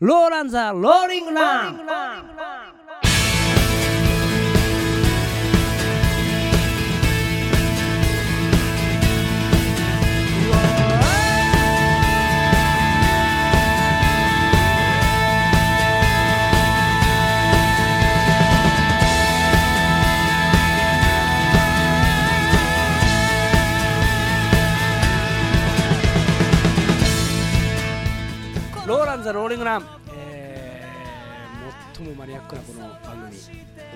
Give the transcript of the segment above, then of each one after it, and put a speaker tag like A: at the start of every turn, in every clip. A: ローランザ・ローリングランローランザ・ローリングラン、えー、最もマニアックなこの番組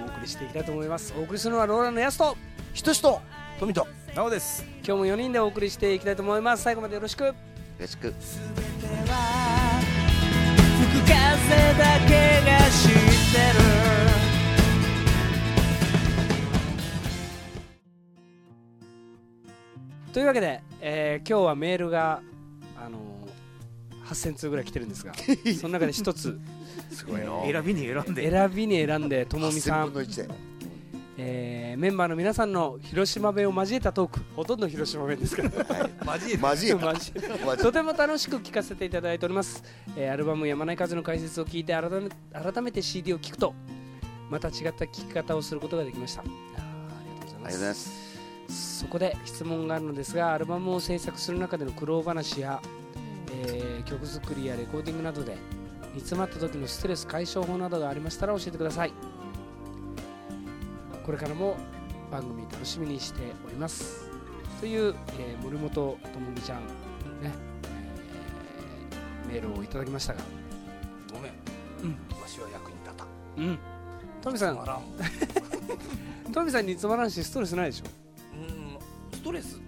A: お送りしていきたいと思いますお送りするのはローランのやすと
B: ひとしと富と
C: なおです
A: 今日も4人でお送りしていきたいと思います最後までよろしく
B: よろしく
A: というわけで、えー今日はメールが、あのー、8000通ぐらい来てるん ですがその中で一つ
B: すごいな
C: 選びに選んで
A: 選びに選んでともみさ
B: 8000分
A: ん、
B: の1だよ
A: えーメンバーの皆さんの広島弁を交えたトークほとんど広島弁 ですけど
C: マジ
B: マジ
A: 交え
B: マジ
A: とても楽しく聴かせていただいております、えーアルバム「やまない風」の解説を聞いて改め改めて CD を聴くとまた違った聴き方をすることができましたあーありがとうござい
B: あ
A: ま
B: りが
A: す
B: とうございます
A: そこで質問があるのですがアルバムを制作する中での苦労話や、えー曲作りやレコーディングなどで煮詰まった時のストレス解消法などがありましたら教えてくださいこれからも番組楽しみにしておりますという、えー森本智美ちゃんね、えーメールをいただきましたが
C: ごめんわしは役に立たん
A: うんトミさ
C: あ
A: ん
C: らん
A: トミさんに煮詰まらんしストレスないでしょ
C: うんストレスって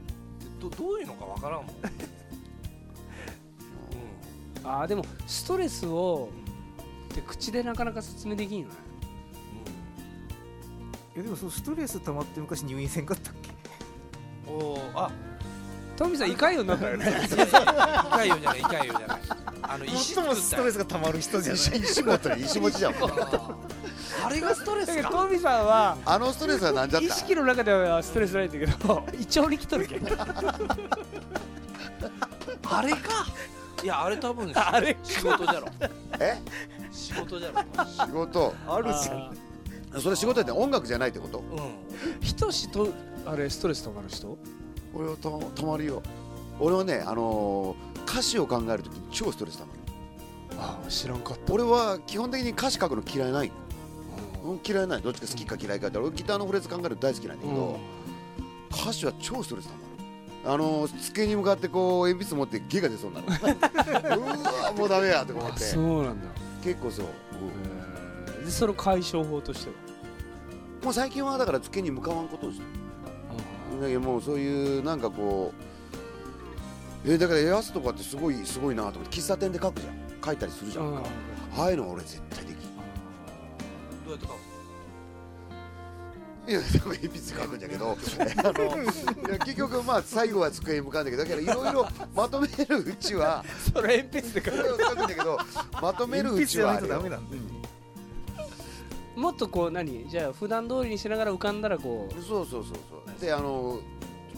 C: どどういうのかわからんもん、う
A: あーでもストレスをって口でなかなか説明できんよね
D: いやでもそのストレス溜まって昔入院せんかったっけ
C: んうん、おーあ
A: トミさんいかんようになったよね
C: 痛いよじゃない痛いよじゃないあの石
D: 最もストレ
C: ス
D: スが溜まる人じゃない
B: 石持ってる石持ちじゃん
C: あれがストレ
A: だ
C: ス
A: けど
C: か
A: トミさんは
B: あのストレスは何じゃっ
A: 意
B: た
A: 識の中ではストレスないんだけど胃腸に来とるけん
C: あれかいやあれ多分
A: あれ
C: 仕事じゃろ
B: え
C: 仕事じゃろ
B: 仕事
D: あるじゃん
A: あー
B: それ仕事って音楽じゃないってこと
C: うん
A: ひとしとあれストレス溜まる人
B: 俺はたまたまるよ俺はねあのー歌詞を考えるときに超ストレスたまる
A: ああ知らんかった
B: 俺は基本的に歌詞書くの嫌いないうん嫌いないどっちか好きか嫌いかって俺ギターのフレーズ考えるの大好きなんだけど、歌詞は超ストレスたまるあのー机に向かってこう鉛筆持ってゲが出そうになるうわもうダメやとか思って
A: そうなんだ
B: 結構そう、うん
A: でその解消法としては
B: もう最近はだから机に向かわんことをしてるだけどもうそういうなんかこうえだからやすとかってすごいすごいなと思って喫茶店で書くじゃん書いたりするじゃんか、ああいうのは俺絶対できん
C: どうやってか
B: いやでも鉛筆書くんだけどあのいや結局まあ最後は机に向かうんだけどだからいろいろまとめるうちは
A: それ鉛筆で
B: それを書くんだけどまとめる
D: 鉛
B: う
D: 筆
B: ち
D: じゃな
B: はいあ
D: と
B: れ
D: ダ
B: よ
D: メなんだよ
A: もっとこう何じゃあ普段通りにしながら浮かんだらこ
B: そうそうそうそうであの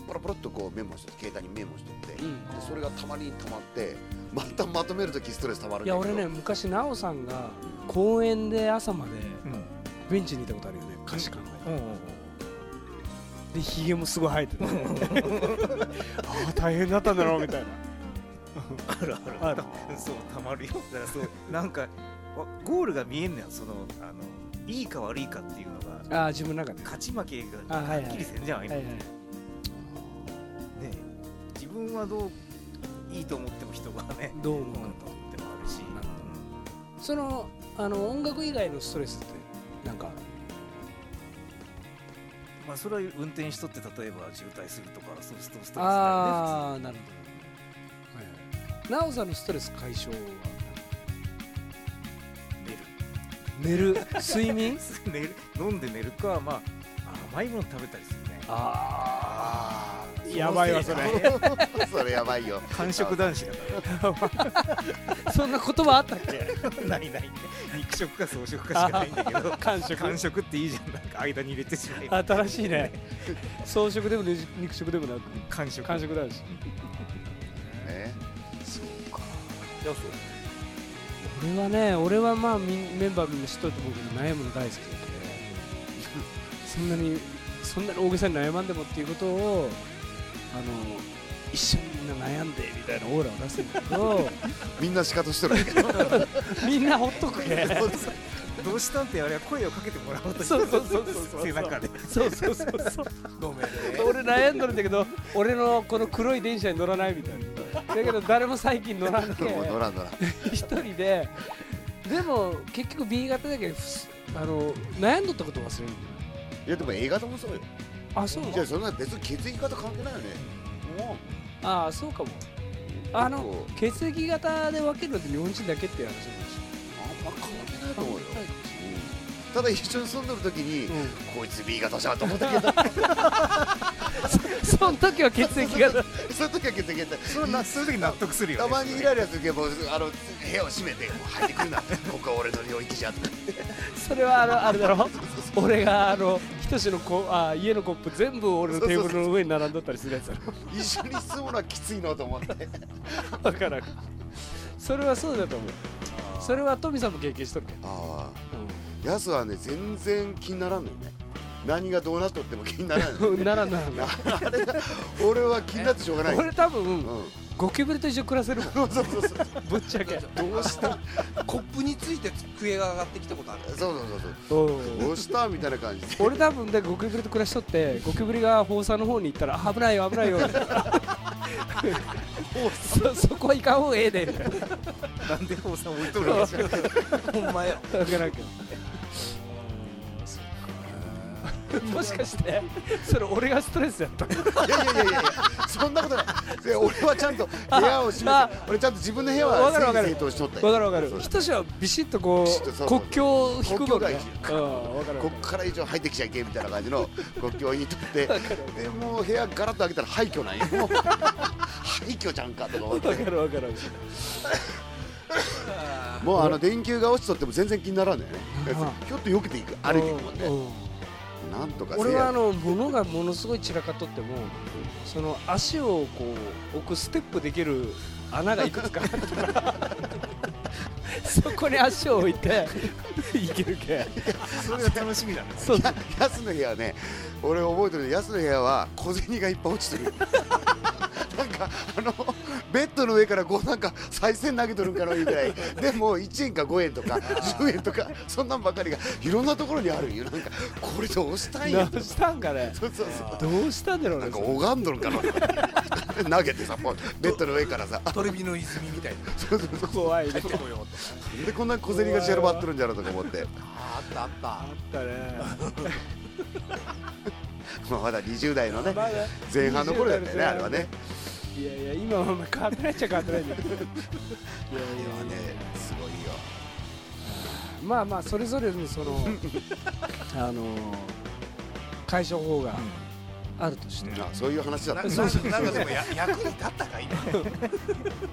B: ポロポロっとこうメモして携帯にメモしてって、
A: う、うん、
B: でそれがたまにたまってまたまとめるときストレスたまるん
A: い
B: だ
A: や
B: けど
A: 俺ね昔奈緒さんが公園で朝まで
D: うんうん
A: ベンチにいたことあるよね歌詞考えて
D: うんうん
A: でひげもすごい生 えててああ大変だったんだろうみたいな
D: あるある
A: あ
D: あ
A: る
D: るそう溜まるよだからそうなんかわゴールが見えんのよそのあのいいか悪いかっていうのが
A: ああ自分の中で
D: 勝ち負け
A: あ
D: が
A: はいはい
D: はっきりせんじゃんああいう
A: は
D: の
A: い
D: ね自分はどういいと思っても人がね
A: どう思
D: ど
A: う
D: う
A: か
D: かと思ってもあるし
A: なるそのあの音楽以外のストレスってなんか
D: まあそれは運転しとって例えば渋滞するとかそうするとストレスにな
A: ああなるほど、はいはい、なおさんのストレス解消は
D: るね
A: 寝る睡眠
D: 寝る寝る飲んで寝るかまあ甘いもの食べたりするね
A: ああ
D: やばいわそれ
B: それやばいよ
D: 完食男子だか
A: そんな言葉あったっけ
D: ら ないないね肉食か草食かしかないんだけ ど
A: 完食
D: 完食っていいじゃんなんか間に入れてしまえば
A: 新しい ね草食でも、ね、肉食でもなく
D: 完食
A: 完食だし
B: ね
C: いやそう
A: 俺れはね俺はまあみんメンバーみんな知っとると思うけど悩むの大好き なんでそんなにそんなに大げさに悩まんでもっていうことをあの一緒にみんな悩んでみたいなオーラを出すんだけ ど
B: みんな仕方しとるんやけど
A: みんなほっとくけ
B: そうです
D: どうしたんってあれは声をかけてもらおうとして
A: そうそうそうそうそう
D: 背中で
A: そうそうそうそう
C: ごめんね
A: 俺悩んどるんだけど俺のこの黒い電車に乗らないみたいなだけど誰も最近乗らんけ
B: もう乗らん乗らん
A: 一人ででも結局 B 型だけどふすあの悩んどったこと忘れるんだよ
B: いやでも A 型もそうよ
A: あそう
B: じゃあそんな別に血液型関係ないよねも
A: ああそうかも
B: う
A: あ
B: 結
A: の
B: 構
A: 血液型で分けるのって日本人だけっていう話なんですよ
B: あんま関係ないと思うよ、うんただ一緒に住んでる時に、こいつ B 型じゃんと思ったけど
A: その時は血液型
B: そういう時は血液型
D: それなそういう時納得するよ、
B: た
D: ね、
B: まにイライラするけどもうあの部屋を閉めてもう入って くるなここは俺の領域じゃんって
A: それはあのあれだろ俺があの仁のこあ家のコップ全部俺のテーブルの上に並んどったりするやつだ ろ
B: 一緒に住むのはきついのと思 って
A: 分からんそれはそうだと思うそれはトミさんも経験しとるけど、
B: ああやすはね全然気にならんのよね何がどうなっとっても気にならん のよ
A: うん、ならんならん
B: あれが俺は気になってしょうがない、うん
A: 俺、多分、ゴキブリと一緒に暮らせるもん
B: そうそうそうそう
A: ぶっちゃけ
B: どうした
C: コップについて机が上がってきたことある
B: そうそうそうそう
A: うん
B: どうしたみたいな感じで
A: 俺多分でゴキブリと暮らしとってゴキブリが放射の方に行ったらあ危ないよ危ないよそ そこは行かん方がええでみたいな
D: なんで王さん置いとるんですか
C: ほんまよ
A: 分からんけどもしかしてそれ俺がストレスやった
B: いやいやいやいやそんなことないいや俺はちゃんと部屋を閉めて俺ちゃんと自分の部屋
A: わ
B: は
A: かるわかる
B: 整理整頓しとった
A: わか
B: よ
A: るわかる
B: そう
A: ひとしはビシッとこ
B: ビシッとそうう
A: 国境を引くのね
B: 国境
A: うんわかるわか
B: こ
A: る
B: っから以上入ってきちゃいけみたいな感じの国境を言いとってでもう部屋ガラッと開けたら廃墟なんよもう廃墟じゃんかとか思って
A: わかるわかるわかる
B: もうあの電球が落ちとっても全然気にならんのよね
A: あ
B: ひょっと避けていく歩いていくもん
A: う
B: ね
A: うん
B: なんとかせ
A: 俺
B: や
A: はあの物がものすごい散らかっとってもその足をこう置くステップできる穴がいくつ かあったからそこに足を置いていけるけ
D: それが楽しみだね
A: そう
B: ヤスの部屋はね俺覚えてるヤスの部屋は小銭がいっぱい落ちてる なんかあのベッドの上からこうなんか再銭投げとるんかのいうぐらいでも1円か5円とか10円とかそんなんばかりがいろんなところにあるんよなんかこれどうしたいんや
A: どうしたんかね
B: そうそうそう
A: どうしたんだろう
B: な
A: ね
B: んか拝んどるんかな 投げてさもうベッドの上からさ
C: トレビの泉みたいな
B: そうそうそう
A: 怖いね
C: 入ってこようと
B: なんでこんな小銭が散らばっとるんじゃろうとか思って、
C: あーあったあ
A: あ
C: っ
A: ったね
B: まあ、まだ20代のね
A: まだ
B: 前半の頃だったよねあれはね
A: いやいや今はあんま変わってないっちゃ変わってないんだけどいやい
B: あれは
A: やいや
B: ねすごいよ
A: まあまあそれぞれのそ のあの解消法があるとして
B: あそういう話だった
C: た
B: ね
C: なななんかでもや役に立ったか今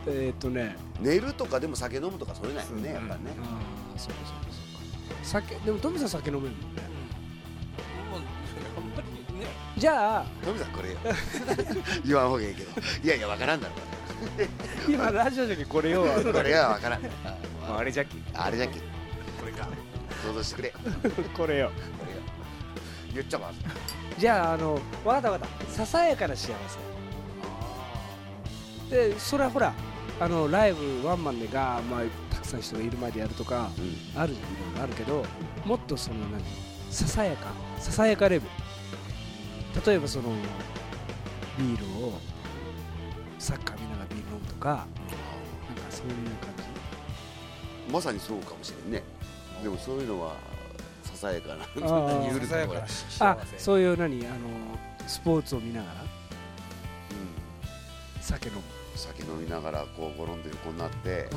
A: えーっとね
B: 寝るとかでも酒飲むとかそれないよねやっぱね
A: ああそうかそうかそうか酒でもトミさん酒飲めるもんね
C: もうあんまりね
A: じゃあ
B: トミさんこれよ 言わん方がいいけどいやいやわからんだろ
A: 今ラジオ じゃけこれよ
B: これはわからん
D: まああれじゃっけ
B: あれじゃっけ
C: これか
B: 想像してくれこ
A: これよ
B: れよ言っちゃま
A: じゃああのわかったわかったささやかな幸せでそれはほらあのライブワンマンでが、まあ、たくさん人がいる前でやるとか
B: うん
A: あるじゃんいろいろあるけどもっとその何ささやかささやかレベル例えばそのビールをサッカー見ながらビール飲むとかなんかそういう感じ
B: まさにそうかもしれんねでもそういうのはささやかな
A: ー
B: 許
C: さ
B: せ
C: やか
B: これ
C: な幸
A: あ
C: せ
A: そういう何あのスポーツを見ながら
B: うん
A: 酒飲む、
B: 酒飲みながらこう転んでこんなって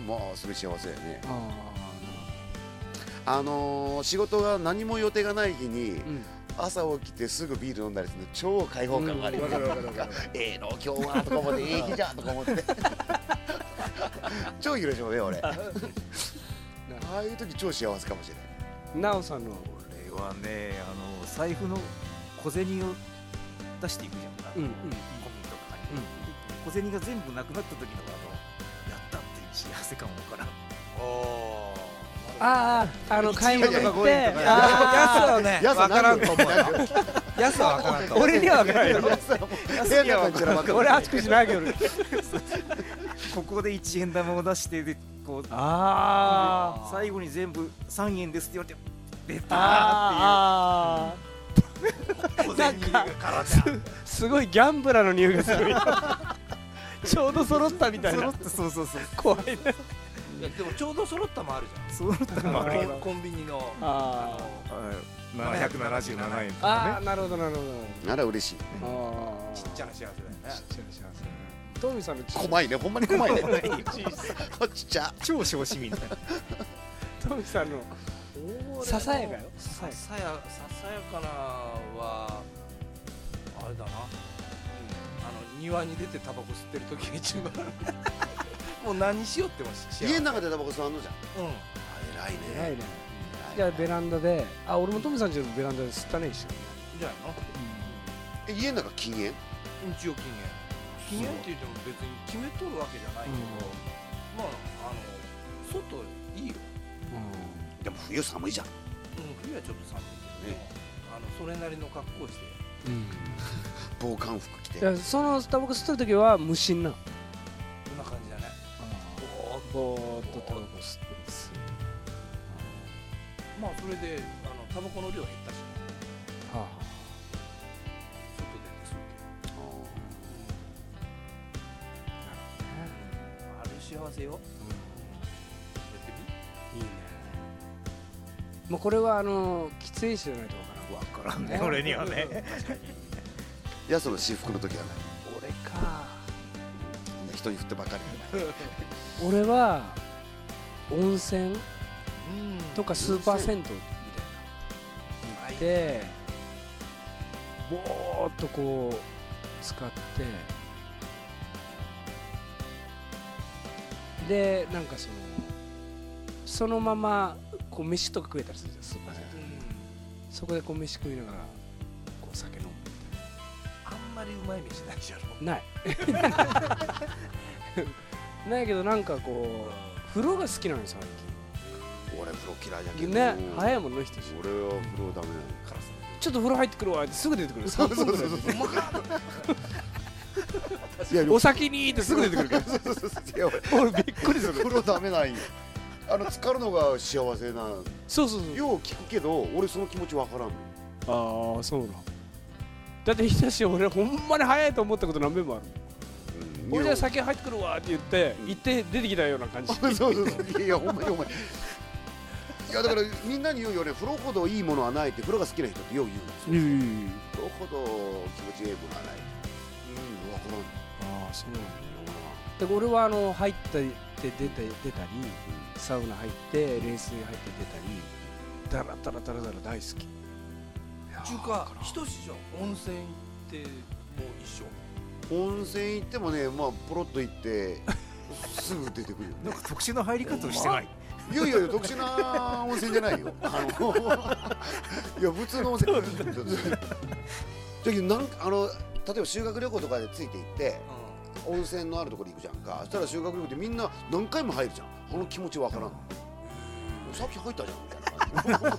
A: うん、
B: まあすごい幸せだよね
A: ああ
B: あのー仕事が何も予定がない日に
A: なるほどうん
B: 朝起きてすぐビール飲んだりするの超開放感があり
A: うん
B: ま
A: わ
B: す
A: かるわかるわかる
B: ええの今日はとか思ってええ日じゃんとか思って 超許しもね俺ああいう時超幸せかもしれない
A: なおさんの
D: これはねあの財布の小銭を出していくじゃんか、
A: うんうん
D: コンビニとかに、小銭が全部なくなった時のあのやったっていう幸せ感もわからん
A: あああの買い物行っ
B: いやいや
A: て
B: ごめん
A: あ
C: ああ、やすはね、
B: やすは
C: わから
B: 何
C: んと思うよ。やすはわからんと思う。
D: 俺には分からんよ
B: 変な感じじゃなかっ
A: ー
B: た
A: 俺熱くしないけど
D: ここで1円玉を出してでこう
A: あー
D: 最後に全部3円ですって言われて出たーっ
A: あーなんかすす ごいギャンブラーの匂いがする ちょうど揃ったみた
D: ていう
A: い
D: 揃
A: な
D: ってそうそうそう
A: 怖いない
C: やでもちょうど揃ったもある
D: 揃った のもあ
C: じ
D: る
C: ゃ
A: は
D: よ
A: い
C: ん。コンコンビニの。
A: あー
C: の
E: 777円と
A: あ
E: か
A: ーなるほどなるほ
B: なら嬉しい
A: どあー
C: ちっちゃな幸せだよね。
E: ね
A: トミーさんのち
B: 怖いねほんまに怖いねこっちっちゃ
D: 超小市民だ
A: トミーさんのささやかよささ
C: さ
A: や
C: さや
A: か
C: ささやかなはあれだな、うん、あの庭に出てタバコ吸ってる時が一番もう何しようってもし
B: 家の
C: な
B: 中でタバコ吸わんのじゃん
C: うん
B: 偉い
A: ないね
B: ね
A: じゃあベランダであ俺もトミーさんちのベランダで吸ったね一緒に
C: じゃない
B: え家の中禁煙
C: の一応禁煙禁煙って言っても別に決めとるわけじゃないけど、まああの外いいよ、
B: でも冬寒いじゃん
C: うん、冬はちょっと寒いけど、
B: ね
C: あのそれなりの格好して
A: うん
B: 防寒服着て
A: いやそのタバコ吸ってる時は無心な
C: こんな感じだねおー
A: ぼーっとタバコ吸ってます
C: まあそれであのタバコの量減ったしね
A: は
C: 外出て吸うけどあれ幸せよ。やってみ。
A: いいねもうこれはあの喫煙者じゃないとわからんわ
D: 分からんね俺にはね
B: やその私服の時はない
A: 俺か
B: 人に振ってばかりじゃない
A: 俺は温泉とかスーパー銭湯みたいな行ってぼーっとこう使ってでなんかそのそのままこう飯とか食えたりするじゃんスーパー銭湯そこでこう飯食いながらこう酒飲むみ
C: あんまりうまい飯ないじゃろ。
A: たいなない ないけどなんかこう風呂が好きなのよ最
B: 俺風呂嫌いだけ
A: 近
B: ど
A: ね早い
B: ん
A: もんね人
B: 俺は風呂ダメ
C: カラス。
A: ちょっと風呂入ってくるわってすぐ出てくる
B: そうそうそうそう
C: うまかった。
B: いや
A: お先にーってすぐ出てくるから
B: そうそうそうそういや
A: 俺びっくりする
B: 風呂ダメないんよあの浸かるのが幸せな
A: そうそうそう
B: よう聞くけど俺その気持ちわからんの
A: ああそうなだってひたし俺ほんまに早いと思ったこと何遍もある
B: うん
A: 俺じゃあ先入ってくるわって言って
B: うん
A: 行って出てきたような感じ
B: そうそうそういやほんまにお前いやだからみんなに言うよね風呂ほどいいものはないって風呂が好きな人ってよう言うんです
A: うん
B: よ風呂ほど気持ちいいものはないうんわからん
A: ああそうなんだで俺はあの入ったり出て出たりサウナ入って冷水入って出たりダラダラダラダラ大好き
C: 中華一しじゃん。温泉行ってもう一緒。
B: 温泉行ってもねまあポロッと行ってすぐ出てくるよ
D: な
B: ね
D: んか特殊な入り方をしてない
B: いやいやいや特殊な温泉じゃないよあのいや普通の温泉だけどなんかあの例えば修学旅行とかでついて行って温泉のあるところに行くじゃんかそしたら修学旅行ってみんな何回も入るじゃんあの気持ちわからんさっき入ったじゃんみたいな感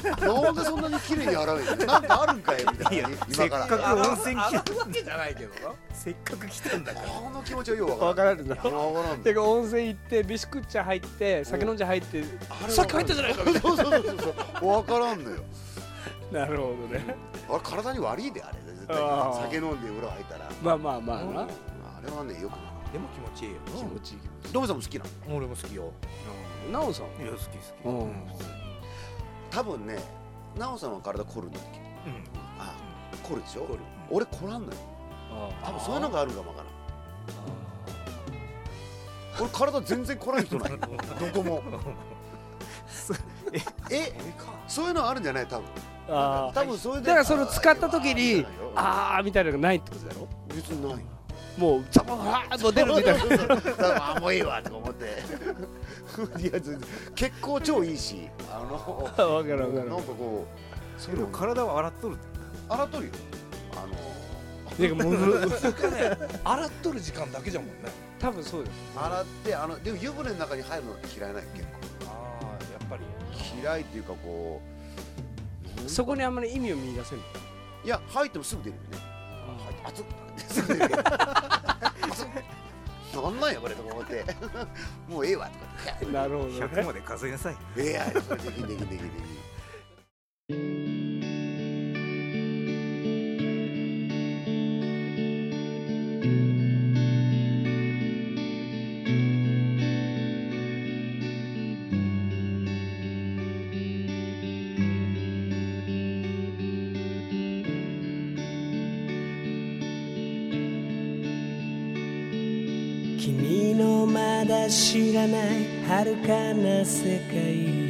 B: じなんでそんなに綺麗に洗うのなんかあるんかいみたいな今から
D: せっかく温泉来
C: 洗
D: た
C: うわけじゃないけどな。
D: せっかく来たんだから
B: あの気持ちはようわ
A: 分
B: か
A: から
B: ん
A: られるな
B: あわからん
A: てか温泉行って飯食っちゃ入って酒飲んじゃ入ってさっき入ったじゃないかみたい
B: そうそうそうそうわからんのよ
A: ななるほどね
B: あれ体に悪いであれ絶対
A: あー
B: 酒飲んで裏入ったら
A: まあまあまあ
B: うん
A: な
B: あれはねよくない
C: でも気持ちいいよ。
A: 気持ちいいけ
B: ドムさんも好きなの
C: 俺も好きよ。
A: どなおさん
D: いや好き
A: う
D: 好き
A: ん
B: 多分ね奈緒さんは体凝るんだけど
D: うん
B: あ凝るでしょ俺凝らんのよ多分そういうのがあるかもわからん俺体全然凝らん人ないどこもえそういうのあるんじゃない多分
A: あ
B: 多分そういう
A: だからその使った時にあーみたいなのがないってことだろ
B: ー別にない
A: もうザバーッと出るみたいな
B: そうそうそう多分あもういいわとか思っていや全然血行超いいしあの
A: 分かる分
B: な
A: か
B: ん
A: る
B: かこう
D: それを体は洗っとる
B: 洗っとるよあの
A: なんかもう
C: 洗っとる時間だけじゃもんね
A: 多分そうです
B: 洗ってあのでも湯船の中に入るのって嫌いない結
C: ああやっぱり
B: 構嫌いっていうかこう
A: そこにあんまり意味を見出せない
B: いや入ってもすぐ出るよね入って熱っすぐ出るよ熱っなんなんやこれとか思ってもうええわとか言って
A: なるほど
D: 100まで数えなさい
B: いやいやできんできんできんできん
F: 君のまだ知らない遥かな世界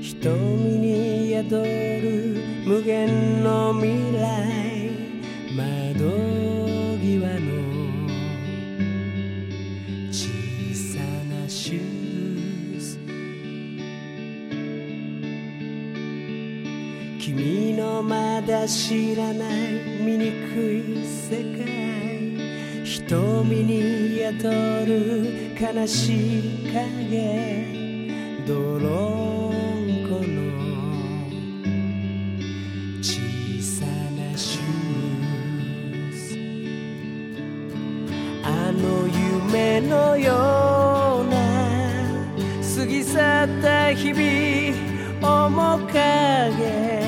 F: 瞳に宿る無限の未来窓際の小さなシューズ君のまだ知らない醜い世界瞳に宿る悲しい影泥んこの小さなシューズあの夢のような過ぎ去った日々面影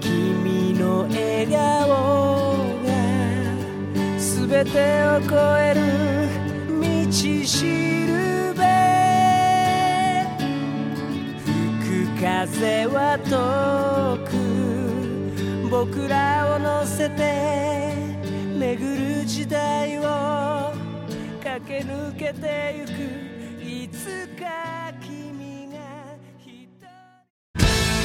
F: 君の笑顔が全てを超える道しるべ吹く風は遠く僕らを乗せて巡る時代を駆け抜けてゆくいつか君が一人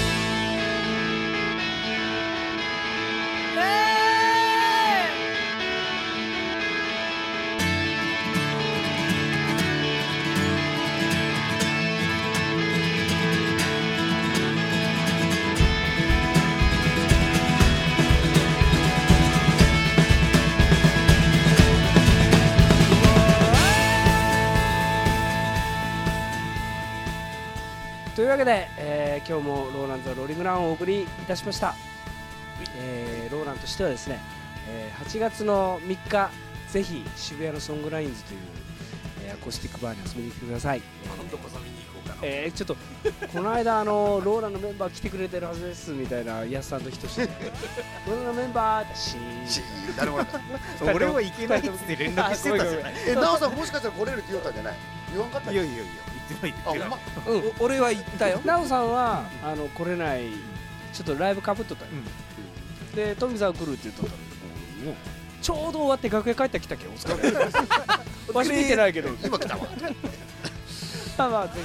A: というわけで、えー今日もローランズはローリングランをお送りいたしました、えーローランとしてはですね、えー8月の3日ぜひ渋谷のソングラインズという、えーアコースティックバーに遊びに来てください
C: 今度こそ見に行こうかな
A: えーちょっと この間あのローランのメンバー来てくれてるはずですみたいな安さんと人してローランのメンバーだし
B: し誰もなんか
D: 俺は行けないっつって連絡してたじゃない
B: えなおさんもしかしたら来れるって言おったんじゃない言わんかった
D: いやいやいや行ってない
B: あほ
D: 行って
B: ん
D: ない
B: ま
A: うん
C: お俺は行ったよ
A: なおさんはあの来れないちょっとライブかぶっとったよ、で富澤来るって言っとったのにもうちょうど終わって 楽屋帰ってきたっけお疲れわし見てないけど
B: 今来たわ
A: まあまあぜひ、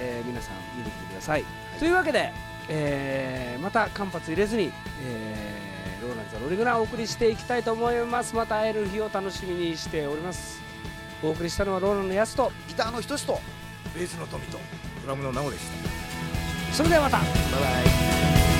A: えー皆さん見てきてください、というわけで、えーまた間髪入れずに、えーローランザロリグナをお送りしていきたいと思いますまた会える日を楽しみにしておりますお送りしたのはローランのやすと
B: ギターの人しと
C: ベースの富と
D: ドラムのなおでした
A: それではまた
B: バイバイ